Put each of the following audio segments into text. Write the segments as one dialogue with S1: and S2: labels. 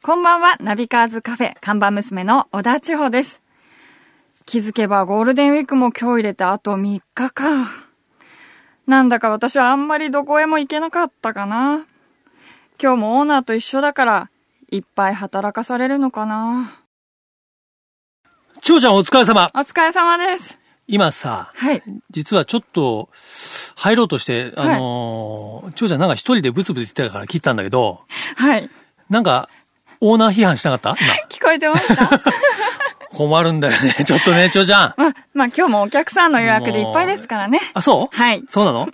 S1: こんばんは、ナビカーズカフェ、看板娘の小田千穂です。気づけばゴールデンウィークも今日入れてあと3日か。なんだか私はあんまりどこへも行けなかったかな。今日もオーナーと一緒だから、いっぱい働かされるのかな。
S2: ちょうちゃんお疲れ様。
S1: お疲れ様です。
S2: 今さ、
S1: はい。
S2: 実はちょっと、入ろうとして、
S1: はい
S2: あのー、ちょうちゃんなんか一人でブツブツ言ってたから聞いたんだけど、
S1: はい。
S2: なんか、オーナー批判しなかった今
S1: 聞こえてま した。
S2: 困るんだよね。 ちょっとね、ちょうちゃん。
S1: まあ、まあ今日もお客さんの予約でいっぱいですからね。
S2: あ、そう
S1: はい
S2: そうなの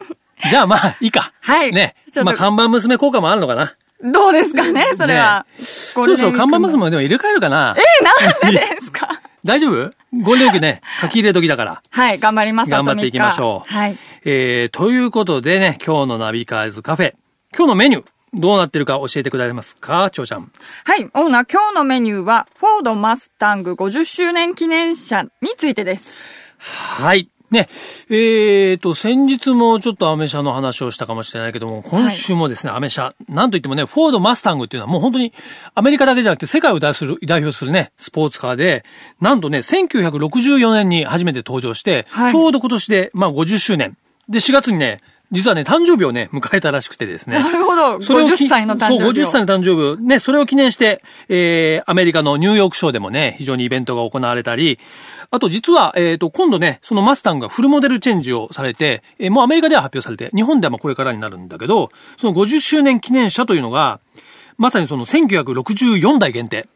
S2: じゃあまあ、いいか。
S1: はい
S2: ね
S1: ちょっ。と
S2: まあ、看板娘効果もあるのかな。
S1: どうですかねそれは。ゴー
S2: そろ
S1: ルデ
S2: そ
S1: ンウィ
S2: ろ
S1: ーク
S2: 看板
S1: も
S2: 娘もでも入れ替えるかな。
S1: え、なんでですか
S2: 大丈夫ゴールデンウィークね、書き入れ時だから。
S1: はい、頑張ります。あと
S2: 頑張っていきまし
S1: 3
S2: ょう。
S1: 日はい。
S2: えー、ということでね、今日のナビカーズカフェ、今日のメニュー、どうなってるか教えてくださいますか、ちょうちゃん。
S1: はい、オーナー、今日のメニューは、フォードマスタング50周年記念車についてです。
S2: はい。ね、えーと、先日もちょっとアメ車の話をしたかもしれないけども、今週もですね、アメ車、なんといってもね、フォードマスタングっていうのはもう本当にアメリカだけじゃなくて世界を代表する代表するね、スポーツカーで、なんとね、1964年に初めて登場して、
S1: はい
S2: ちょうど今年で、まあ50周年。で、4月にね、実はね、誕生日をね、迎えたらしくてですね。
S1: なるほど、
S2: それをき
S1: 50歳の誕生日
S2: そう、50
S1: を。
S2: 歳の誕生日を、ね、それを記念して、えー、アメリカのニューヨークショーでもね、非常にイベントが行われたり、あと実は、えっ、と、今度ね、そのマスタンがフルモデルチェンジをされて、えーもうアメリカでは発表されて、日本ではまあこれからになるんだけど、その50周年記念車というのが、まさにその1964台限定。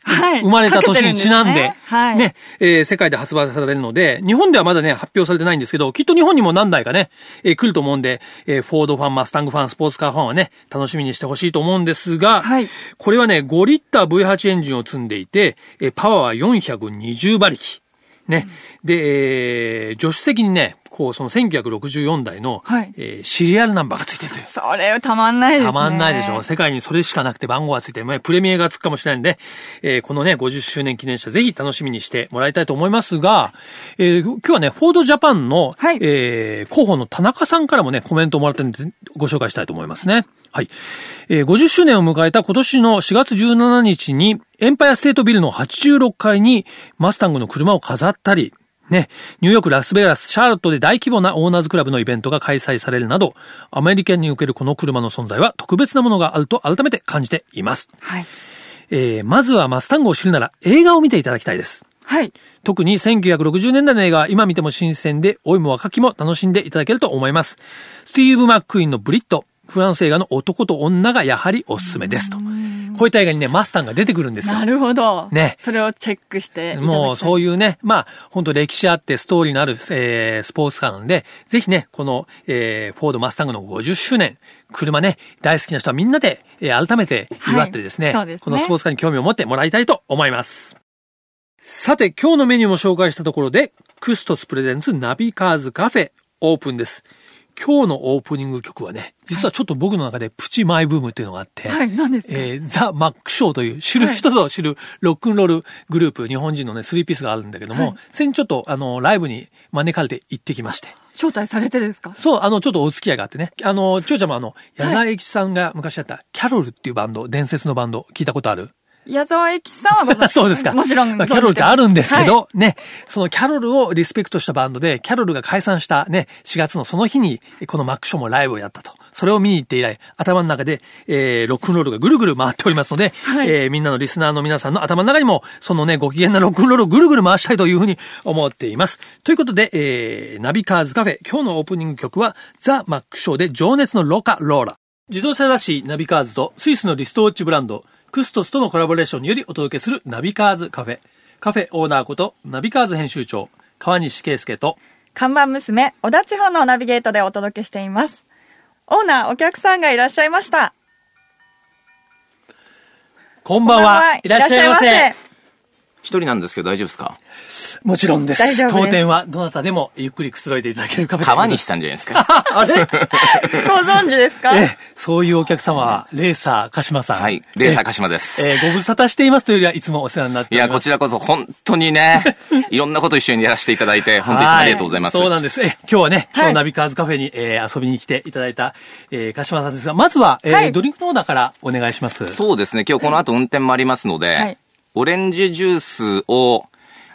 S1: はい
S2: 生まれた年にちなん
S1: かけて
S2: で
S1: る、すねはい。
S2: ね、えー世界で発売されるので、日本ではまだね、発表されてないんですけど、きっと日本にも何台かね、えー来ると思うんで、えーフォードファン、マスタングファン、スポーツカーファンはね、楽しみにしてほしいと思うんですが、
S1: はい
S2: これはね、5リッター V8 エンジンを積んでいて、えーパワーは420馬力。ね。で、えー助手席にね、こう、その1964台の、
S1: はい
S2: えーシリアルナンバーがついてるという。
S1: それ、たまんないですね。
S2: たまんないでしょう。世界にそれしかなくて番号がついて、まあプレミアがつくかもしれないんで、えーこのね、50周年記念車ぜひ楽しみにしてもらいたいと思いますが、えー今日はね、フォードジャパンの、
S1: はい
S2: えー広報の田中さんからもね、コメントをもらったんで、ご紹介したいと思いますね。はい。えー50周年を迎えた今年の4月17日に、エンパイアステートビルの86階に、マスタングの車を飾ったり、ね、ニューヨーク、ラスベガス、シャーロットで大規模なオーナーズクラブのイベントが開催されるなど、アメリカにおけるこの車の存在は特別なものがあると改めて感じています。
S1: はい。
S2: えー、まずはマスタングを知るなら映画を見ていただきたいです。
S1: はい。
S2: 特に1960年代の映画は今見ても新鮮で、老いも若きも楽しんでいただけると思います。スティーブ・マックイーンのブリット、フランス映画の男と女がやはりおすすめですと。こういった映画にね、マスタンが出てくるんですよ。
S1: なるほど。
S2: ね
S1: それをチェックしていただきたい。
S2: もう
S1: う。
S2: そういうね、まあ、本当歴史あってストーリーのある、えースポーツカーなんで、ぜひね、この、えーフォードマスタングの50周年、車ね、大好きな人はみんなで、えー改めて祝ってですね,、
S1: はいそうですね
S2: このスポーツカーに興味を持ってもらいたいと思います。さて、今日のメニューも紹介したところで、クストスプレゼンツナビカーズカフェオープンです。今日のオープニング曲はね、実はちょっと僕の中でプチマイブームっていうのがあって、
S1: はい、何ですか、
S2: えーザ・マック・ショーという知る
S1: はい
S2: 人ぞ知るロックンロールグループ、日本人のね、スリーピースがあるんだけども、
S1: はい
S2: 先日ちょっと、あの、ライブに招かれて行ってきまして。
S1: 招待されてですか
S2: そう、あの、ちょっとお付き合いがあってね。あの、ちょうちゃんもあの、矢沢永吉さんが昔やった、キャロルっていうバンド、伝説のバンド、聞いたことある
S1: 矢沢駅さんはございます。
S2: そうですか。
S1: もちろん。
S2: まあキャロルってあるんですけ
S1: はい
S2: ど、ね、そのキャロルをリスペクトしたバンドで、キャロルが解散したね、4月のその日に、このマックショーもライブをやったと。それを見に行って以来、頭の中で、えー、ロックンロールがぐるぐる回っておりますので、
S1: はい
S2: えーみんなのリスナーの皆さんの頭の中にも、そのね、ご機嫌なロックンロールをぐるぐる回したいというふうに思っています。ということで、えー、ナビカーズカフェ、今日のオープニング曲は、ザ・マックショーで情熱のロカ・ローラ。自動車雑誌ナビカーズとスイスのリストウォッチブランドクストスとのコラボレーションによりお届けするナビカーズカフェ。カフェオーナーことナビカーズ編集長川西圭介と
S1: 看板娘、小田地方のナビゲートでお届けしています。オーナー、お客さんがいらっしゃいました。
S2: こんばんは。いらっしゃいませ。。
S3: 一人なんですけど大丈夫ですか
S2: もちろんです。
S1: 大丈夫です
S2: 当店はどなたでもゆっくりくつろいでいただけるカフェでござ
S3: 川
S2: います
S3: 西さんじゃないで すか。
S2: あれ
S1: ご存知ですか
S2: ええそういうお客様は、レーサー鹿島さん。
S3: はい。レーサー鹿島です。
S2: ええご無沙汰していますというよりはいつもお世話になってお
S3: い
S2: り
S3: や、
S2: ま
S3: こ
S2: す。
S3: ちらこそ本当にね、いろんなこと一緒にやらせていただいて、本当にいつもありがとうございます。
S2: はそうなんです。ええ今日はね、
S1: はい
S2: このナビカーズカフェに、ええ遊びに来ていただいた、ええ鹿島さんですが、まずは、ええ
S1: はい
S2: ドリンクのオーダーからお願いします。
S3: そうですね、今日この後運転もありますので、
S1: はい
S3: オレンジジュースを、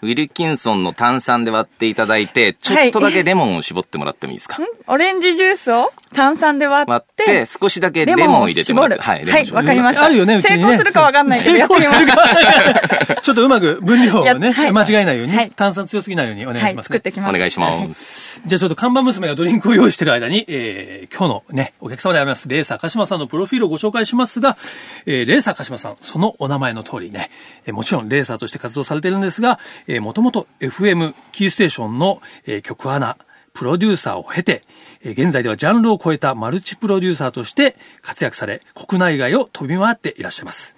S3: ウィルキンソンの炭酸で割っていただいて、ちょっとだけレモンを絞ってもらってもいいですか。
S1: オレンジジュースを炭酸で割
S3: 割
S1: っ、
S3: ってて、少しだけレモンを入れてもらって。
S1: はい、
S3: レモンを絞
S1: わ
S3: って
S1: かりました。
S2: あるよね、うちに
S1: 成
S2: ね。
S1: 功するかわかんないけど、
S2: 成
S1: やって
S2: 功
S1: みます
S2: するかわかんない。 ちょっとうまく分量をね、
S1: やっはい
S2: 間違えないように、
S1: はい
S2: 炭酸強すぎないようにお願いします、
S1: は
S2: ね
S1: い、作ってきます。
S3: お願いします。
S2: じゃあちょっと看板娘がドリンクを用意している間に、えー、今日のね、お客様であります、レーサー鹿島さんのプロフィールをご紹介しますが、えー、レーサー鹿島さん、そのお名前の通りね、えーもちろんレーサーとして活動されているんですが、えー、もともと FM キーステーションの、えー曲アナ、プロデューサーを経て、えー現在ではジャンルを超えたマルチプロデューサーとして活躍され、国内外を飛び回っていらっしゃいます。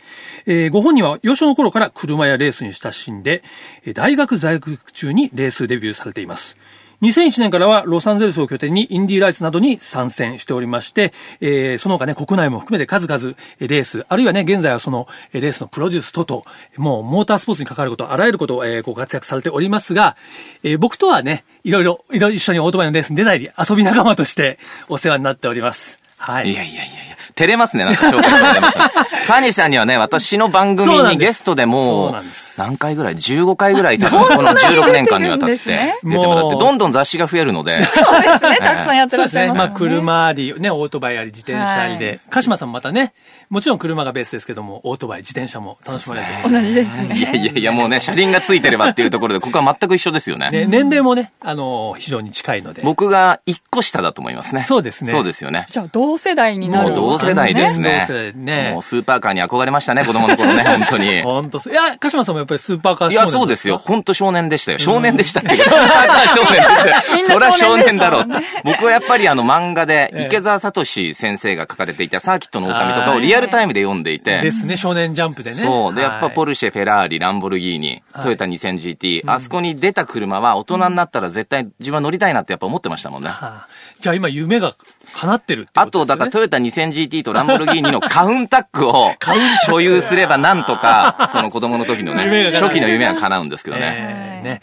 S2: えーご本人は幼少の頃から車やレースに親しんで、えー大学在学中にレースデビューされています。2001年からはロサンゼルスを拠点にインディーライツなどに参戦しておりまして、えーその他ね、国内も含めて数々えーレース、あるいはね、現在はそのえーレースのプロデュース等々、もうモータースポーツに関わること、あらゆることを、えーご活躍されておりますが、えー僕とはね、いろいろ、いろいろ一緒にオートバイのレースに出たり、遊び仲間としてお世話になっております。はい。
S3: いやいやいやいや、照れますね、なんか紹介されて ますね。川西さんにはね、私の番組
S2: そうなん
S3: に
S2: です
S3: ゲストで
S2: そう
S3: も
S2: なん
S3: う
S2: です、
S3: 何回ぐらい ?15 回ぐらい多分この16年間にわたって出てもらっ
S2: も
S3: て、
S2: う
S3: どんどん雑誌が増えるので、
S1: そうですね、たくさんやって
S2: そう
S1: らっ
S2: です
S1: しゃい
S2: ね。
S1: ます
S2: ま
S1: もん
S2: あ、車あり、ね、オートバイあり、自転車あり
S1: は
S2: で、鹿島さんもまたね、もちろん車がベースですけども、オートバイ、自転車も楽しまれてる
S1: 同じですね。
S3: いやいやいや、もうね、車輪がついてればっていうところで、ここは全く一緒ですよね。
S2: ね、年齢もね、あのー非常に近いので。
S3: 僕が一個下だと思いますね。
S2: そうですね
S3: そうですよね。
S1: じゃあ、同世代にな
S3: も
S1: る
S3: う同世代ですね。
S2: 同世代ね
S3: もうスーパーカーに憧れましたね、子供の頃ね、本当に。
S2: 本当そういや、鹿島さんもやっぱりスーパーカー
S3: いや、そうですよ。
S2: か。
S3: 本当少年でしたよ。少年でしたっていうか、スー パーカー少年ですよ。
S1: みん
S3: そり
S1: な
S3: ゃ
S1: 少
S3: 少
S1: 年で
S3: 年
S1: した
S3: だろ
S1: も
S3: うん
S1: ね。
S3: 僕はやっぱりあの漫画で
S2: ええ、
S3: 池澤聡先生が書かれていたサーキットの狼とかをリアルタイムで読んでいて。
S2: ですね、少年ジャンプでね。
S3: そう。で、やっぱポ
S2: ル、
S3: ルシェ、フェラーリ、ランボルギーニ、
S2: はい
S3: トヨタ 2000GT、あそこに出た車は大人になったら絶対自分は乗りたいなってやっぱ思ってましたもんね。
S2: はあじゃあ今夢が叶ってるって
S3: あ
S2: こと
S3: と、
S2: ですよね。
S3: だからトヨタ 2000GT とランボルギーニの カウンタックを 所有すればなんとか、その子供の時の
S2: 夢が
S3: ね、
S2: 叶う
S3: 初期の夢は叶うんですけどね。
S2: ええね。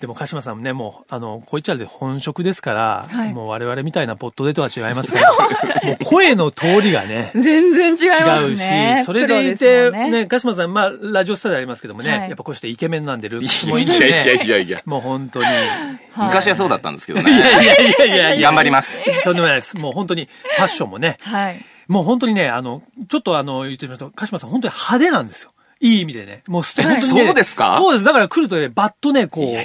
S2: でも鹿島さんもね、もう、あの、こう言っちゃあれで本職ですから、
S1: はい
S2: もう我々みたいなポットでとは違いますから、もう声の通りがね、
S1: 全然違います
S2: 違うし、
S1: ね。
S2: それでい
S1: プロ
S2: て、
S1: すもん
S2: ね、鹿島さん、まあ、ラジオスタイルありますけどもね、
S1: はい
S2: やっぱこうしてイケメンなんで、ルック
S3: い
S2: も
S3: や
S2: いい
S3: い
S2: し
S3: やいや
S2: ね
S3: いやいや。
S2: もう本当に。
S1: はい
S3: 昔はそうだったんですけど
S2: い
S3: ね。
S2: やいやいやいやいや
S3: 頑張ります。
S2: とんでもないです。もう本当に、ファッションもね、
S1: はい。
S2: もう本当にね、あの、ちょっとあの、言ってみますと、鹿島さん本当に派手なんですよ。いい意味でね。もうステ
S1: はい
S2: 本当にね
S3: そうですか
S2: そうです。だから来るとね、バッとね、こう、
S3: や。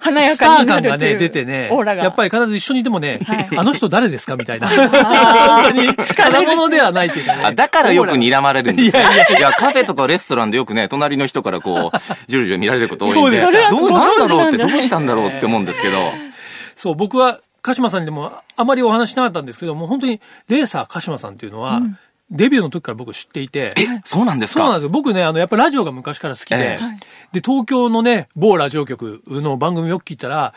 S1: 華や
S2: スタ
S1: か
S2: ー
S1: にな
S2: 感
S1: る
S2: が
S1: とい
S2: ね、
S1: う。
S2: 出てね、
S1: オーラが。
S2: やっぱり必ず一緒にいてもね、
S1: はい
S2: あの人誰ですかみたいな。本当に、ただものではないというかね。
S3: あだからよく睨まれるんです
S2: い
S3: よ。
S2: やい
S3: いやカフェとかレストランでよくね、隣の人からこう、じゅるじゅる見られること多いんで、
S2: そう
S1: ですそれは
S3: どう、
S1: ご
S3: なん
S1: 存
S3: だ
S1: 知
S3: ろ
S1: な
S3: うんっ
S1: じ
S3: て
S1: ゃない
S3: どうしたんだろうって思うんですけど、
S2: そう、僕は鹿島さんにでもあまりお話しなかったんですけど、もう本当にレーサー鹿島さんっていうのは、デビューの時から僕知っていて、
S3: え、そうなんです
S2: そうなんで
S3: か
S2: すよ。僕ね、あの、やっぱラジオが昔から好きで、
S3: ええ
S1: はい
S2: で、東京のね、某ラジオ局の番組よく聞いたら、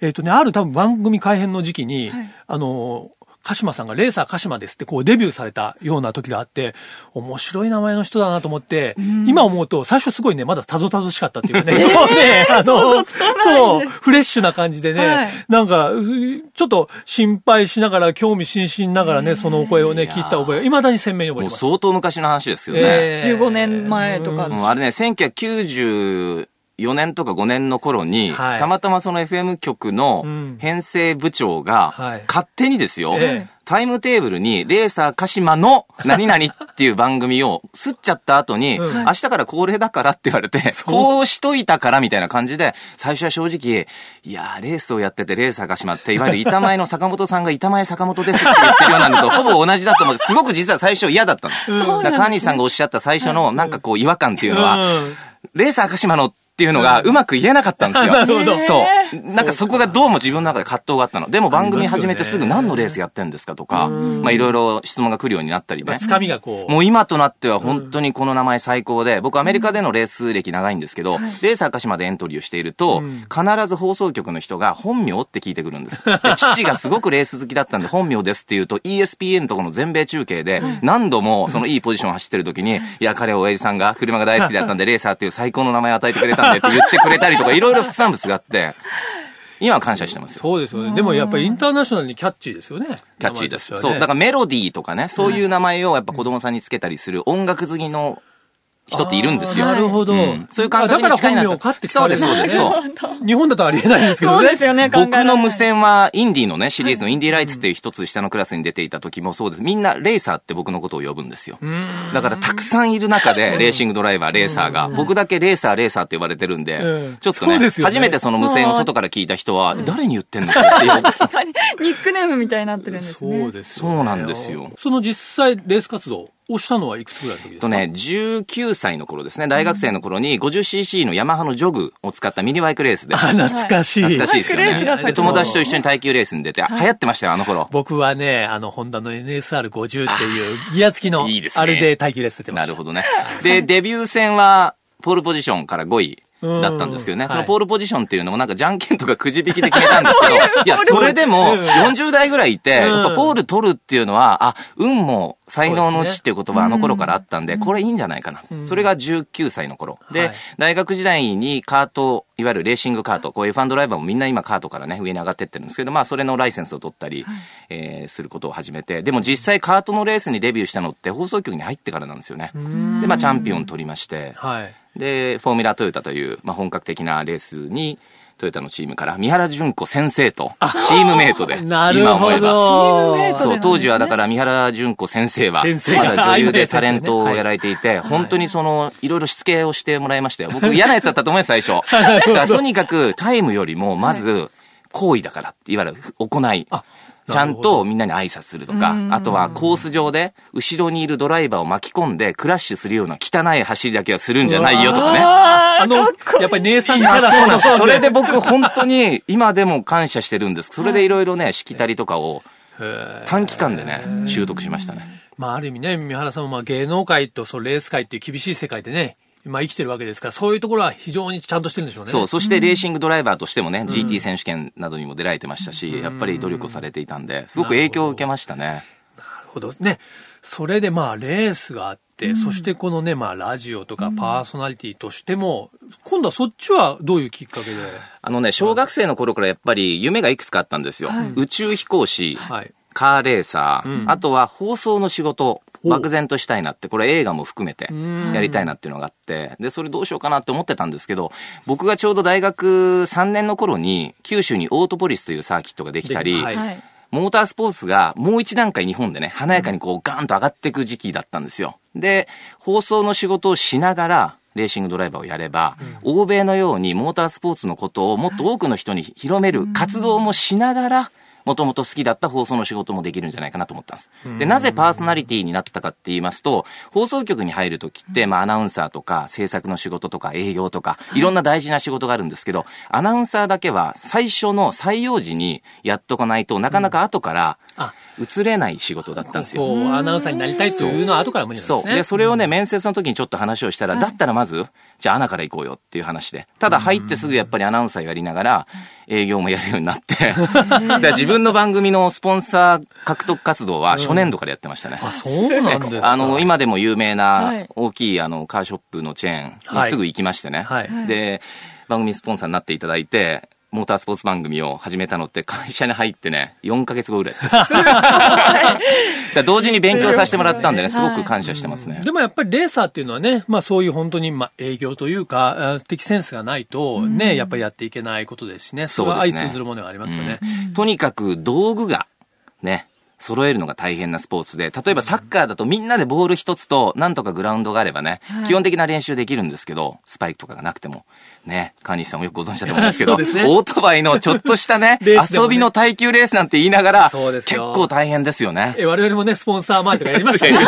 S2: えっ、とね、ある多分番組改編の時期に、
S1: はい
S2: あの、鹿島さんがレーサー鹿島ですってこうデビューされたような時があって、面白い名前の人だなと思って、今思うと最初すごいね、まだたどたどしかったっていうかね、こうね、あの、そう、フレッシュな感じでね、
S1: はい
S2: なんか、うちょっと心配しながら、興味津々ながらね、そのお声をね、
S3: いやー
S2: 聞いた覚えが、未だに鮮明に覚えて
S3: も
S2: ま
S3: う
S2: す。
S3: 相当昔の話ですよね。
S2: えー
S1: 15年前とか
S2: うん
S3: もうあれね、1994年とか5年の頃に、
S2: はい
S3: たまたまその FM 局
S2: うん
S3: の編成部長が、
S2: はい
S3: 勝手にですよ、
S2: ええ
S3: タイムテーブルに、レーサー鹿島の何々っていう番組をすっちゃった後に、
S2: うん
S3: 明日から恒例だからって言われて、
S2: そう
S3: こうしといたからみたいな感じで、最初は正直、いやー、レースをやっててレーサー鹿島って、いわゆる板前の坂本さんが板前坂本ですって言ってるような のと、ほぼ同じだと思って、すごく実は最初嫌だったんです。
S2: うん
S3: だから川西さんがおっしゃった最初のなんかこう違和感っていうのは、
S2: うん
S3: レーサー鹿島のっていうのがうまく言えなかったんですよ。
S2: なるほど
S3: そう。なんかそこがどうも自分の中で葛藤があったの。でも番組始めてすぐ何のレースやってんですかとか、まあいろいろ質問が来るようになったり
S2: まあ
S3: ね
S2: つ。かみがこう。
S3: もう今となっては本当にこの名前最高で、僕アメリカでのレース歴長いんですけど、レース明石までエントリーをしていると、必ず放送局の人が本名って聞いてくるん です。で父がすごくレース好きだったんで本名ですって言うと ESPN とこの全米中継で何度もそのいいポジションを走ってる時に、いや彼は親父さんが車が大好きだったんでレーサーっていう最高の名前を与えてくれたんでって言ってくれたりとか、いろいろ副産物があって、今は感謝してますよ。
S2: そうですよね。でもやっぱりインターナショナルにキャッチーですよね。
S3: キャッチーで
S2: 名
S3: す。
S2: 前
S3: そう。
S2: よね
S3: だからメロディーとかね、そういう名前をやっぱ子供さんにつけたりする音楽好きの人っているんですよ。
S2: なるほど。
S3: うんそういう感じ
S2: あだから
S3: に近いな
S2: 本
S3: と
S2: 名を買ってきたわけ
S3: そうですそうで
S2: ね日本だとありえないんですけど
S1: そう
S2: ね。
S1: ですよね、考え
S3: 僕
S1: られない
S3: の無線は、インディのね、シリーズのインディライツっていう一つ下のクラスに出ていた時もそうです。みんなレーサーって僕のことを呼ぶんですよ。だからたくさんいる中で、レーシングドライバー、レーサーが、僕だけレーサー、レーサーって呼ばれてるん
S2: う
S3: で
S2: ん、
S3: ちょっと
S2: そう
S3: ね
S2: ですよね
S3: 初めてその無線を外から聞いた人は、誰に言ってんのかっていう。
S1: 確かに、ニックネームみたいになってるんですね。
S2: そうですよね
S3: そうなんですよ
S2: その実際、レース活動をしたのはいくつぐらいの時で
S3: えっ
S2: すか
S3: とね、19歳の頃ですね、大学生の頃に 50cc のヤマハのジョグを使ったミニバイクレースで。懐
S2: 懐かしい。
S3: かしいですよ
S1: バイクレースだ
S2: そ
S3: ね。
S2: う
S3: で、友達と一緒に耐久レースに出て、流行ってましたよ、あの頃。
S2: 僕はね、あの、ホンダの NSR50 っていうギア付きの、
S3: いいですね
S2: あれで耐久レース出てま
S3: な
S2: した。
S3: るほどね。 で、デビュー戦は、ポールポジションから5位だったんですけど
S2: う
S3: ね、
S2: ん
S3: そのポールポジションっていうのもなんかじゃんけんとかくじ引きで決めたんですけど、い や、それでも
S2: うん
S3: 40代ぐらいいて、やっ
S2: うん
S3: ぱポール取るっていうのは、あ、運も才能のうちっていう言葉あの頃からあったんで、これいいんじゃないかな。それが19歳の頃。
S2: は
S3: で
S2: い、
S3: 大学時代にカート、いわゆるレーシングカート、こう F1 ドライバーもみんな今カートからね、上に上がってってるんですけど、まあそれのライセンスを取ったり、えーすることを始めて、でも実際カートのレースにデビューしたのって放送局に入ってからなんですよね。で、まあチャンピオン取りまして、
S2: はい。
S3: で、フォーミュラトヨタという、まあ本格的なレースに、トヨタのチームから、三原淳子先生と、チームメイトで、
S2: なる
S3: 今思
S2: ほ
S3: えば。
S1: チー
S2: ど。
S1: ムメイトで
S3: そう、当時はだから三原淳子先生は、
S2: 先生が
S3: まだ女優
S2: あ
S3: で
S2: 今
S3: タレントをやられていて、本当にその、いろいろしつけをしてもらいましたよ。僕嫌なやつだったと思います、最初。 だからとにかくタイムよりも、まず、行為だからって、いわゆる行い。ちゃんとみんなに挨拶するとか、あとはコース上で後ろにいるドライバーを巻き込んでクラッシュするような汚い走りだけはするんじゃないよとかね。
S2: あの、やっぱり姉さん
S3: い
S2: キ
S3: や
S2: ャ
S3: そ
S2: ラ
S3: うなんです。それ
S2: で。
S3: で僕本当に今でも感謝してるんです。それでいろいろね、しきたりとかを
S2: へー
S3: 短期間でね、習得しましたね。
S2: まあ、ある意味ね、三原さんもまあ芸能界とそのレース界っていう厳しい世界でね、まあ生きてるわけですから、そういうところは非常にちゃんとしてるんでしょうね。
S3: そう、そしてレーシングドライバーとしてもね、GT 選手権などにも出られてましたし、やっぱり努力をされていたんで、すごく影響を受けましたね。
S2: なるほどね。それでまあレースがあって、そしてこのね、まあラジオとかパーソナリティとしても、今度はそっちはどういうきっかけで、
S3: あのね、小学生の頃からやっぱり夢がいくつかあったんですよ。宇宙飛行士、
S2: はい。
S3: カーレーサー、
S2: うん
S3: あとは放送の仕事、
S2: ほう
S3: 漠然としたいなって、これ映画も含めて
S2: うん
S3: やりたいなっていうのがあって、で、それどうしようかなって思ってたんですけど、僕がちょうど大学3年の頃に、九州にオートポリスというサーキットができた
S2: で
S3: り、
S2: はい
S1: はい。
S3: モータースポーツがもう一段階日本でね、華やかにこうガーンと上がっていく時期だったんですよ。で、放送の仕事をしながら、レーシングドライバーをやれば、欧米のようにモータースポーツのことをもっと多くの人に広める活動もしながら、もともと好きだった放送の仕事もできるんじゃないかなと思ったんです。で、なぜパーソナリティになったかって言いますと、放送局に入るときって、まあアナウンサーとか制作の仕事とか営業とか、いろんな大事な仕事があるんですけど、アナウンサーだけは最初の採用時にやっとかないとなかなか後から
S2: あ、
S3: 移れない仕事だったんですよ。
S2: こう、アナウンサーになりたいというのは後から無理なんですね。
S3: そう。で、それをね、面接の時にちょっと話をしたら、だったらまず、じゃあアナから行こうよっていう話で。ただ入ってすぐやっぱりアナウンサーやりながら、営業もやるようにな って。だから自分の番組のスポンサー獲得活動は初年度からやってましたね。
S2: あ、そうなんですか。
S3: あの、今でも有名
S1: は
S3: ない大きいあのカーショップのチェーン
S2: はい
S3: にすぐ行きましてね。
S2: はいは
S3: で、番組スポンサーになっていただいて、モータースポーツ番組を始めたのって会社に入ってね、4ヶ月後ぐらいです。 だから同時に勉強させてもらったんでね、すごく感謝してますね。
S2: でもやっぱりレーサーっていうのはね、まあそういう本当にまあ営業というか、あ適センスがないとね、やっぱりやっていけないことですしね、それは
S3: そうです
S2: 相
S3: ね
S2: 通ずるものがありますよね。
S3: うんとにかく道具が、ね、揃えるのが大変なスポーツで、例えばサッカーだとみんなでボール一つと、なんとかグラウンドがあればね、
S1: はい
S3: 基本的な練習できるんですけど、スパイクとかがなくても、ね、川西さんもよくご存知だと思うんですけど、
S2: そうですね
S3: オートバイのちょっとしたね
S2: レースでもね
S3: 遊びの耐久レースなんて言いながら、
S2: そうで
S3: 結
S2: すよ
S3: 構大変ですよね。
S2: え、我々もね、スポンサー前とかやりま したけど。
S3: い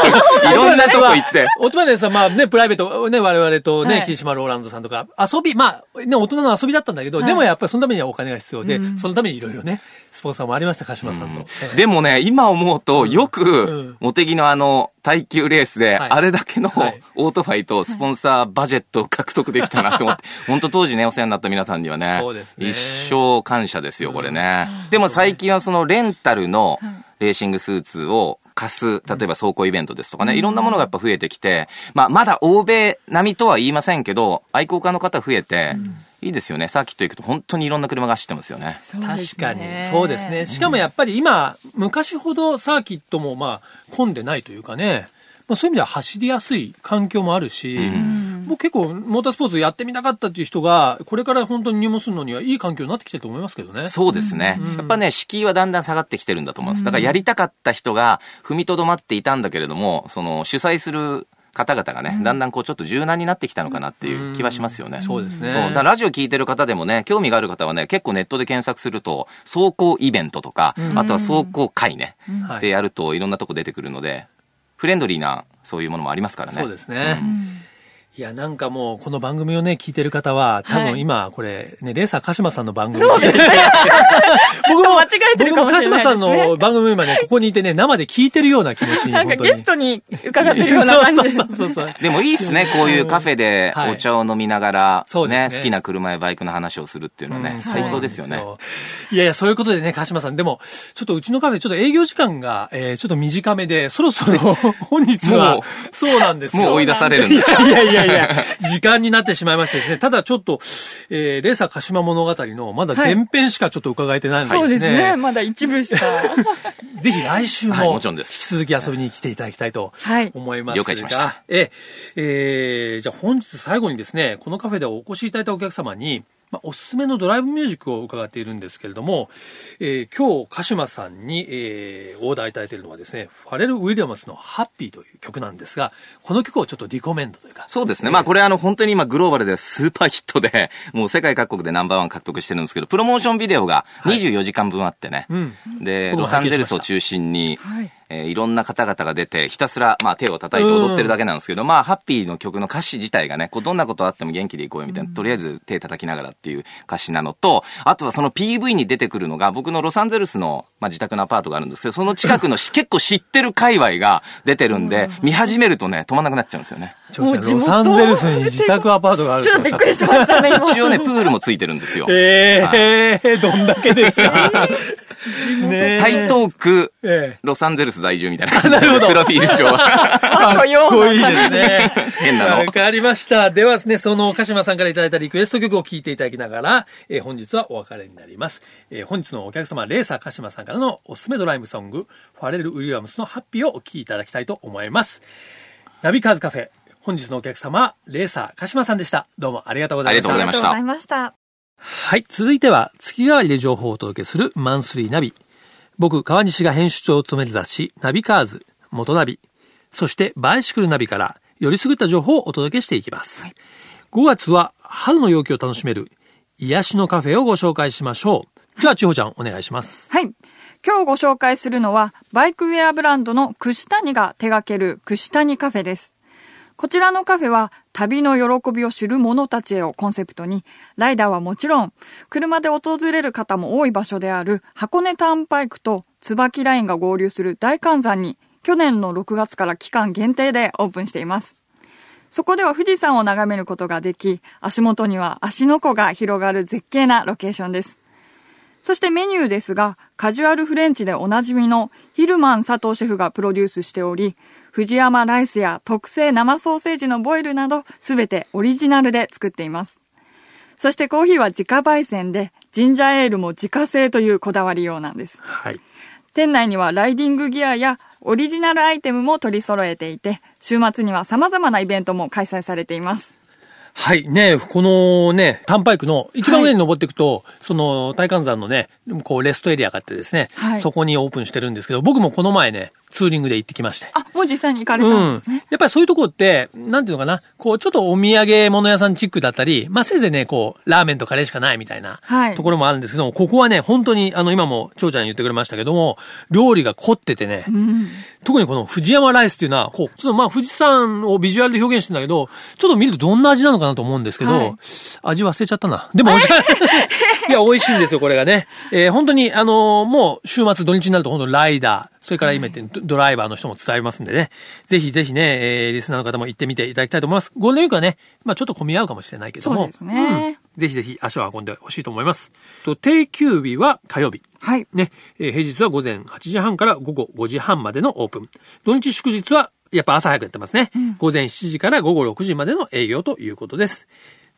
S3: ろんなとこ行って。
S2: オートバイのやつは、まあね、プライベート、ね、我々と
S1: は
S2: ね
S1: い、
S2: 霧島ローランドさんとか、遊び、まあ、ね、大人の遊びだったんだけど、
S1: はい
S2: でもやっぱりそのためにはお金が必要で、そのためにいろいろね、スポンサーもありました、鹿島さんと。
S3: うんでもね、今思うと、よ
S2: うん
S3: く、茂木のあの、耐久レースで、
S2: はい
S3: あれだけの
S2: はい
S3: オートファイとスポンサーバジェットを獲得できたなと思 って、本当当時ね、お世話になった皆さんにはね
S2: そうです、ね
S3: 一生感謝ですよ、これね。でも最近はそのレンタルのレーシングスーツを貸す、例えば走行イベントですとかね、いろんなものがやっぱ増えてきて、まあ、まだ欧米並みとは言いませんけど、愛好家の方増えて、いいですよね。サーキット行くと本当にいろんな車が走ってますよね。
S2: 確かに。そうですね。。しかもやっぱり今、昔ほどサーキットもまあ、混んでないというかね、まあそういう意味では走りやすい環境もあるし、
S3: ん
S2: 僕結構モータースポーツやってみたかったっていう人が、これから本当に入門するのにはいい環境になってきてると思いますけどね。
S3: そうですね
S2: うん。
S3: やっぱね、敷居はだんだん下がってきてるんだと思うんです。だからやりたかった人が踏みとどまっていたんだけれども、その主催する方々がね、だんだんこうちょっと柔軟になってきたのかなっていう気はしますよね。
S2: んそうですね
S3: そう。だからラジオ聞いてる方でもね、興味がある方はね、結構ネットで検索すると、走行イベントとか、あとは走行会ね、
S2: はい
S3: でやるといろんなとこ出てくるので、フレンドリーなそういうものもありますからね。
S2: そうですね
S3: うん
S2: いや、なんかもう、この番組をね、聞いてる方は、多
S1: は
S2: 分
S1: い
S2: 今、これ、ね、レーサー鹿島さんの番 組。そうですね。僕も、
S1: 間違えてるかもしれないですね
S2: 僕も鹿島さんの番組を今ね、ここにいてね、生で聞いてるような気持ちに。
S1: なんか
S2: 本当に
S1: ゲストに伺ってるような感じです。
S2: そうそうそうそう。
S3: でもいいっすね、 こういうカフェでお茶を飲みながら、
S2: そうで
S3: ね、
S2: すね
S3: 好きな車やバイクの話をするっていうのはね、最高ですよね。
S2: いやいや、そういうことでね、鹿島さん、でも、ちょっとうちのカフェ、ちょっと営業時間が、えーちょっと短めで、そろ そろ本日は
S3: も、
S2: そうなんですよ。
S3: もう追い出されるんですか
S2: いやいやいや、時間になってしまいましてですね、ただちょっと、えーレーサー鹿島物語の、まだ前編しかちょっと伺えてないので、
S1: そうですね。まだ一部しか。
S2: ぜひ来週も、
S3: はいもちろんです
S2: 引き続き遊びに来ていただきたいと
S1: はい
S2: 思いますが、
S3: 了解しました
S2: えええーじゃあ本日最後にですね、このカフェでお越しいただいたお客様に、まあ、おすすめのドライブミュージックを伺っているんですけれども、えー今日、鹿島さんに、えー、オーダーいただいているのはですね、ファレル・ウィリアムスのハッピーという曲なんですが、この曲をちょっとリコメンドというか、
S3: そうですね。まあこれあの本当に今グローバルでスーパーヒットで、もう世界各国でナンバーワン獲得してるんですけど、プロモーションビデオが24時間分あってね。
S2: うん。
S3: で、
S2: 僕も
S3: ロサンゼ
S2: 拝見しま
S3: ルス
S2: した
S3: を中心に、
S1: はい
S3: えーいろんな方々が出て、ひたすら、まあ、手を叩いて踊ってるだけなんですけど、まあ、ハッピーの曲の歌詞自体がね、こうどんなことあっても元気でいこうよみたいな、とりあえず手叩きながらっていう歌詞なのと、あとはその PV に出てくるのが、僕のロサンゼルスの、まあ、自宅のアパートがあるんですけど、その近くのし結構知ってる界隈が出てるんで、見始めるとね、止まんなくなっちゃうんですよね。
S2: 長者
S1: もう地元
S2: ロサンゼルスに自宅アパートがある
S1: ちょっとびっくりしましたね、今。
S3: 一応ね、プールもついてるんですよ。
S2: ええー、どんだけですか。ねえ
S3: 台東区、
S2: ええ
S3: ロサンゼルス在住みたいな感じで、プロフィール上は。
S1: かっこよ
S2: かっこい
S1: い
S2: い
S1: な
S2: ですね。
S3: 変なの
S2: わかりました。ではですね、その鹿島さんからいただいたリクエスト曲を聴いていただきながら、えー本日はお別れになります。えー本日のお客様、レーサー鹿島さんからのおすすめドライブソング、ファレル・ウィリアムスのハッピーをお聴きいただきたいと思います。ナビカーズカフェ、本日のお客様、レーサー鹿島さんでした。どうもありがとうございました。
S3: ありがとうございました
S1: ありがとうございました。
S2: はい。続いては、月替わりで情報をお届けするマンスリーナビ。僕、川西が編集長を務める雑誌、ナビカーズ、元ナビ、そしてバイシクルナビから、よりすぐった情報をお届けしていきます。5月は、春の陽気を楽しめる、癒しのカフェをご紹介しましょう。じゃあ、千穂ちゃん、お願いします。
S1: はい。今日ご紹介するのは、バイクウェアブランドの串谷が手掛ける串谷カフェです。こちらのカフェは、旅の喜びを知る者たちへをコンセプトに、ライダーはもちろん、車で訪れる方も多い場所である箱根ターンパイクと椿ラインが合流する大観山に、去年の6月から期間限定でオープンしています。そこでは富士山を眺めることができ、足元には足の湖が広がる絶景なロケーションです。そしてメニューですが、カジュアルフレンチでおなじみのヒルマン佐藤シェフがプロデュースしており、藤山ライスや特製生ソーセージのボイルなど、すべてオリジナルで作っています。そしてコーヒーは自家焙煎で、ジンジャーエールも自家製というこだわりようなんです。
S2: はい。
S1: 店内にはライディングギアやオリジナルアイテムも取り揃えていて、週末には様々なイベントも開催されています。
S2: はい。ねこのね、タンパイクの一番上に登っていくと、その、大観山のね、こう、レストエリアがあってですね、
S1: はい
S2: そこにオープンしてるんですけど、僕もこの前ね、ツーリングで行ってきまして。
S1: あ、もう実際に行かれ
S2: う
S1: たん
S2: ん
S1: ですね。。
S2: やっぱりそういうとこって、なんていうのかな、こう、ちょっとお土産物屋さんチックだったり、まあ、せいぜいね、こう、ラーメンとカレーしかないみたいな
S1: はい
S2: ところもあるんですけども、ここはね、本当に、あの、今も、長ちゃん言ってくれましたけども、料理が凝っててね、
S1: うん。
S2: 特にこの藤山ライスっていうのは、こう、ちょっとまあ、富士山をビジュアルで表現してんだけど、ちょっと見るとどんな味なのかなと思うんですけど、
S1: はい
S2: 味忘れちゃったな。でも 美味しい。いや、美味しいんですよ、これがね。えー本当に、あのーもう、週末土日になると、本当ライダー、それから今言ってるドドライバーの人も伝えますんでね。ぜひぜひね、えーリスナーの方も行ってみていただきたいと思います。ゴールデンウィークはね、まあちょっと混み合うかもしれないけども。
S1: そうですね
S2: うんぜひぜひ足を運んでほしいと思います。と、定休日は火曜日。
S1: はい。
S2: ね、えー平日は午前8時半から午後5時半までのオープン。土日祝日はやっぱ朝早くやってますね。午前7時から午後6時までの営業ということです。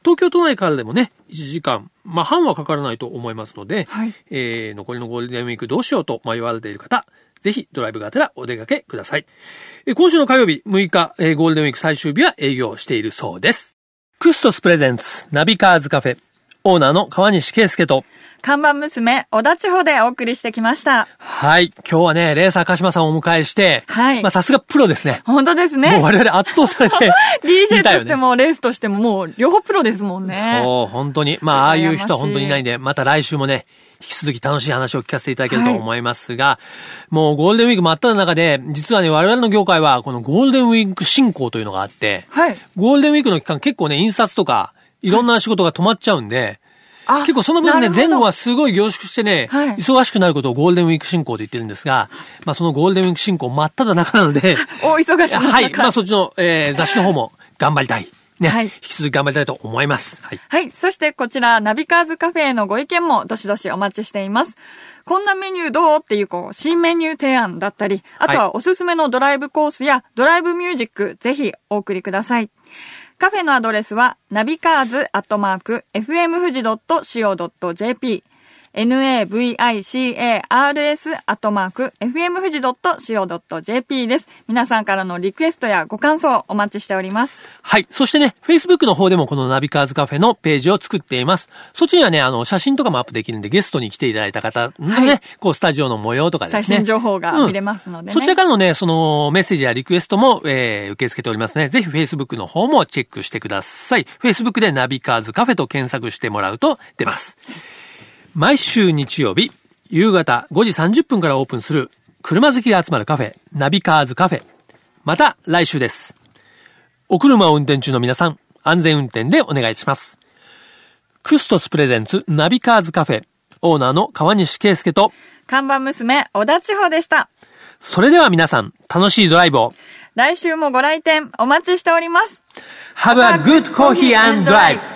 S2: 東京都内からでもね、1時間、まあ半はかからないと思いますので、
S1: はい
S2: えー残りのゴールデンウィークどうしようと迷われている方、ぜひドライブがてらお出かけください。えー今週の火曜日6日、えーゴールデンウィーク最終日は営業しているそうです。クストスプレゼンツナビカーズカフェ、オーナーの川西圭介と、
S1: 看板娘、小田地方でお送りしてきました。
S2: はい。今日はね、レーサー鹿島さんをお迎えして、
S1: はい
S2: まあ、さすがプロですね。
S1: 本当です
S2: もう
S1: ね。。
S2: 我々圧倒されて
S1: DJ とし
S2: 見た
S1: て
S2: よね。
S1: も、レースとしても、もう両方プロですもんね。
S2: そう、本当に。まあ、ああいう人
S1: 羨ましい
S2: は本当にいないんで、また来週もね、引き続き楽しい話を聞かせていただけると
S1: はい
S2: 思いますが、もうゴールデンウィーク真っ只中で、実はね、我々の業界は、このゴールデンウィーク進行というのがあって、
S1: はい。
S2: ゴールデンウィークの期間結構ね、印刷とか、いろんな仕事が止まっちゃうんで、
S1: あ
S2: 結構その分ね、
S1: なるほど
S2: 前後はすごい凝縮してね、
S1: はい
S2: 忙しくなることをゴールデンウィーク進行と言ってるんですが、まあそのゴールデンウィーク進行真っ只中な ので、
S1: お忙しい。
S2: はい、まあそっちの、えー雑誌の方も頑張りたい。ね、
S1: はい
S2: 引き続き頑張りたいと思います。はい。
S1: はい。そしてこちら、ナビカーズカフェへのご意見もどしどしお待ちしています。こんなメニューどうっていう、こう、新メニュー提案だったり、あと
S2: は
S1: はおすすめのドライブコースやドライブミュージック、ぜひお送りください。カフェのアドレスは、ナビカーズアットマーク、fmfuji.co.jp、navicars アットマーク、fmfuji.co.jp です。皆さんからのリクエストやご感想お待ちしております。
S2: はい。そしてね、Facebook の方でもこのナビカーズカフェのページを作っています。そっちにはね、あの、写真とかもアップできるんで、ゲストに来ていただいた方のね、
S1: はい
S2: こう、スタジオの模様とかですね。
S1: 最新情報が見れますのでね
S2: そちらからのね、その、メッセージやリクエストも、えー、受け付けておりますね。ぜひ Facebook の方もチェックしてください。Facebook でナビカーズカフェと検索してもらうと出ます。毎週日曜日、夕方5時30分からオープンする、車好きが集まるカフェ、ナビカーズカフェ。また来週です。お車を運転中の皆さん、安全運転でお願いします。クストスプレゼンツナビカーズカフェ、オーナーの川西圭介と、
S1: 看板娘、小田千穂でした。
S2: それでは皆さん、楽しいドライブを。
S1: 来週もご来店お待ちしております。
S2: Have a good coffee and drive!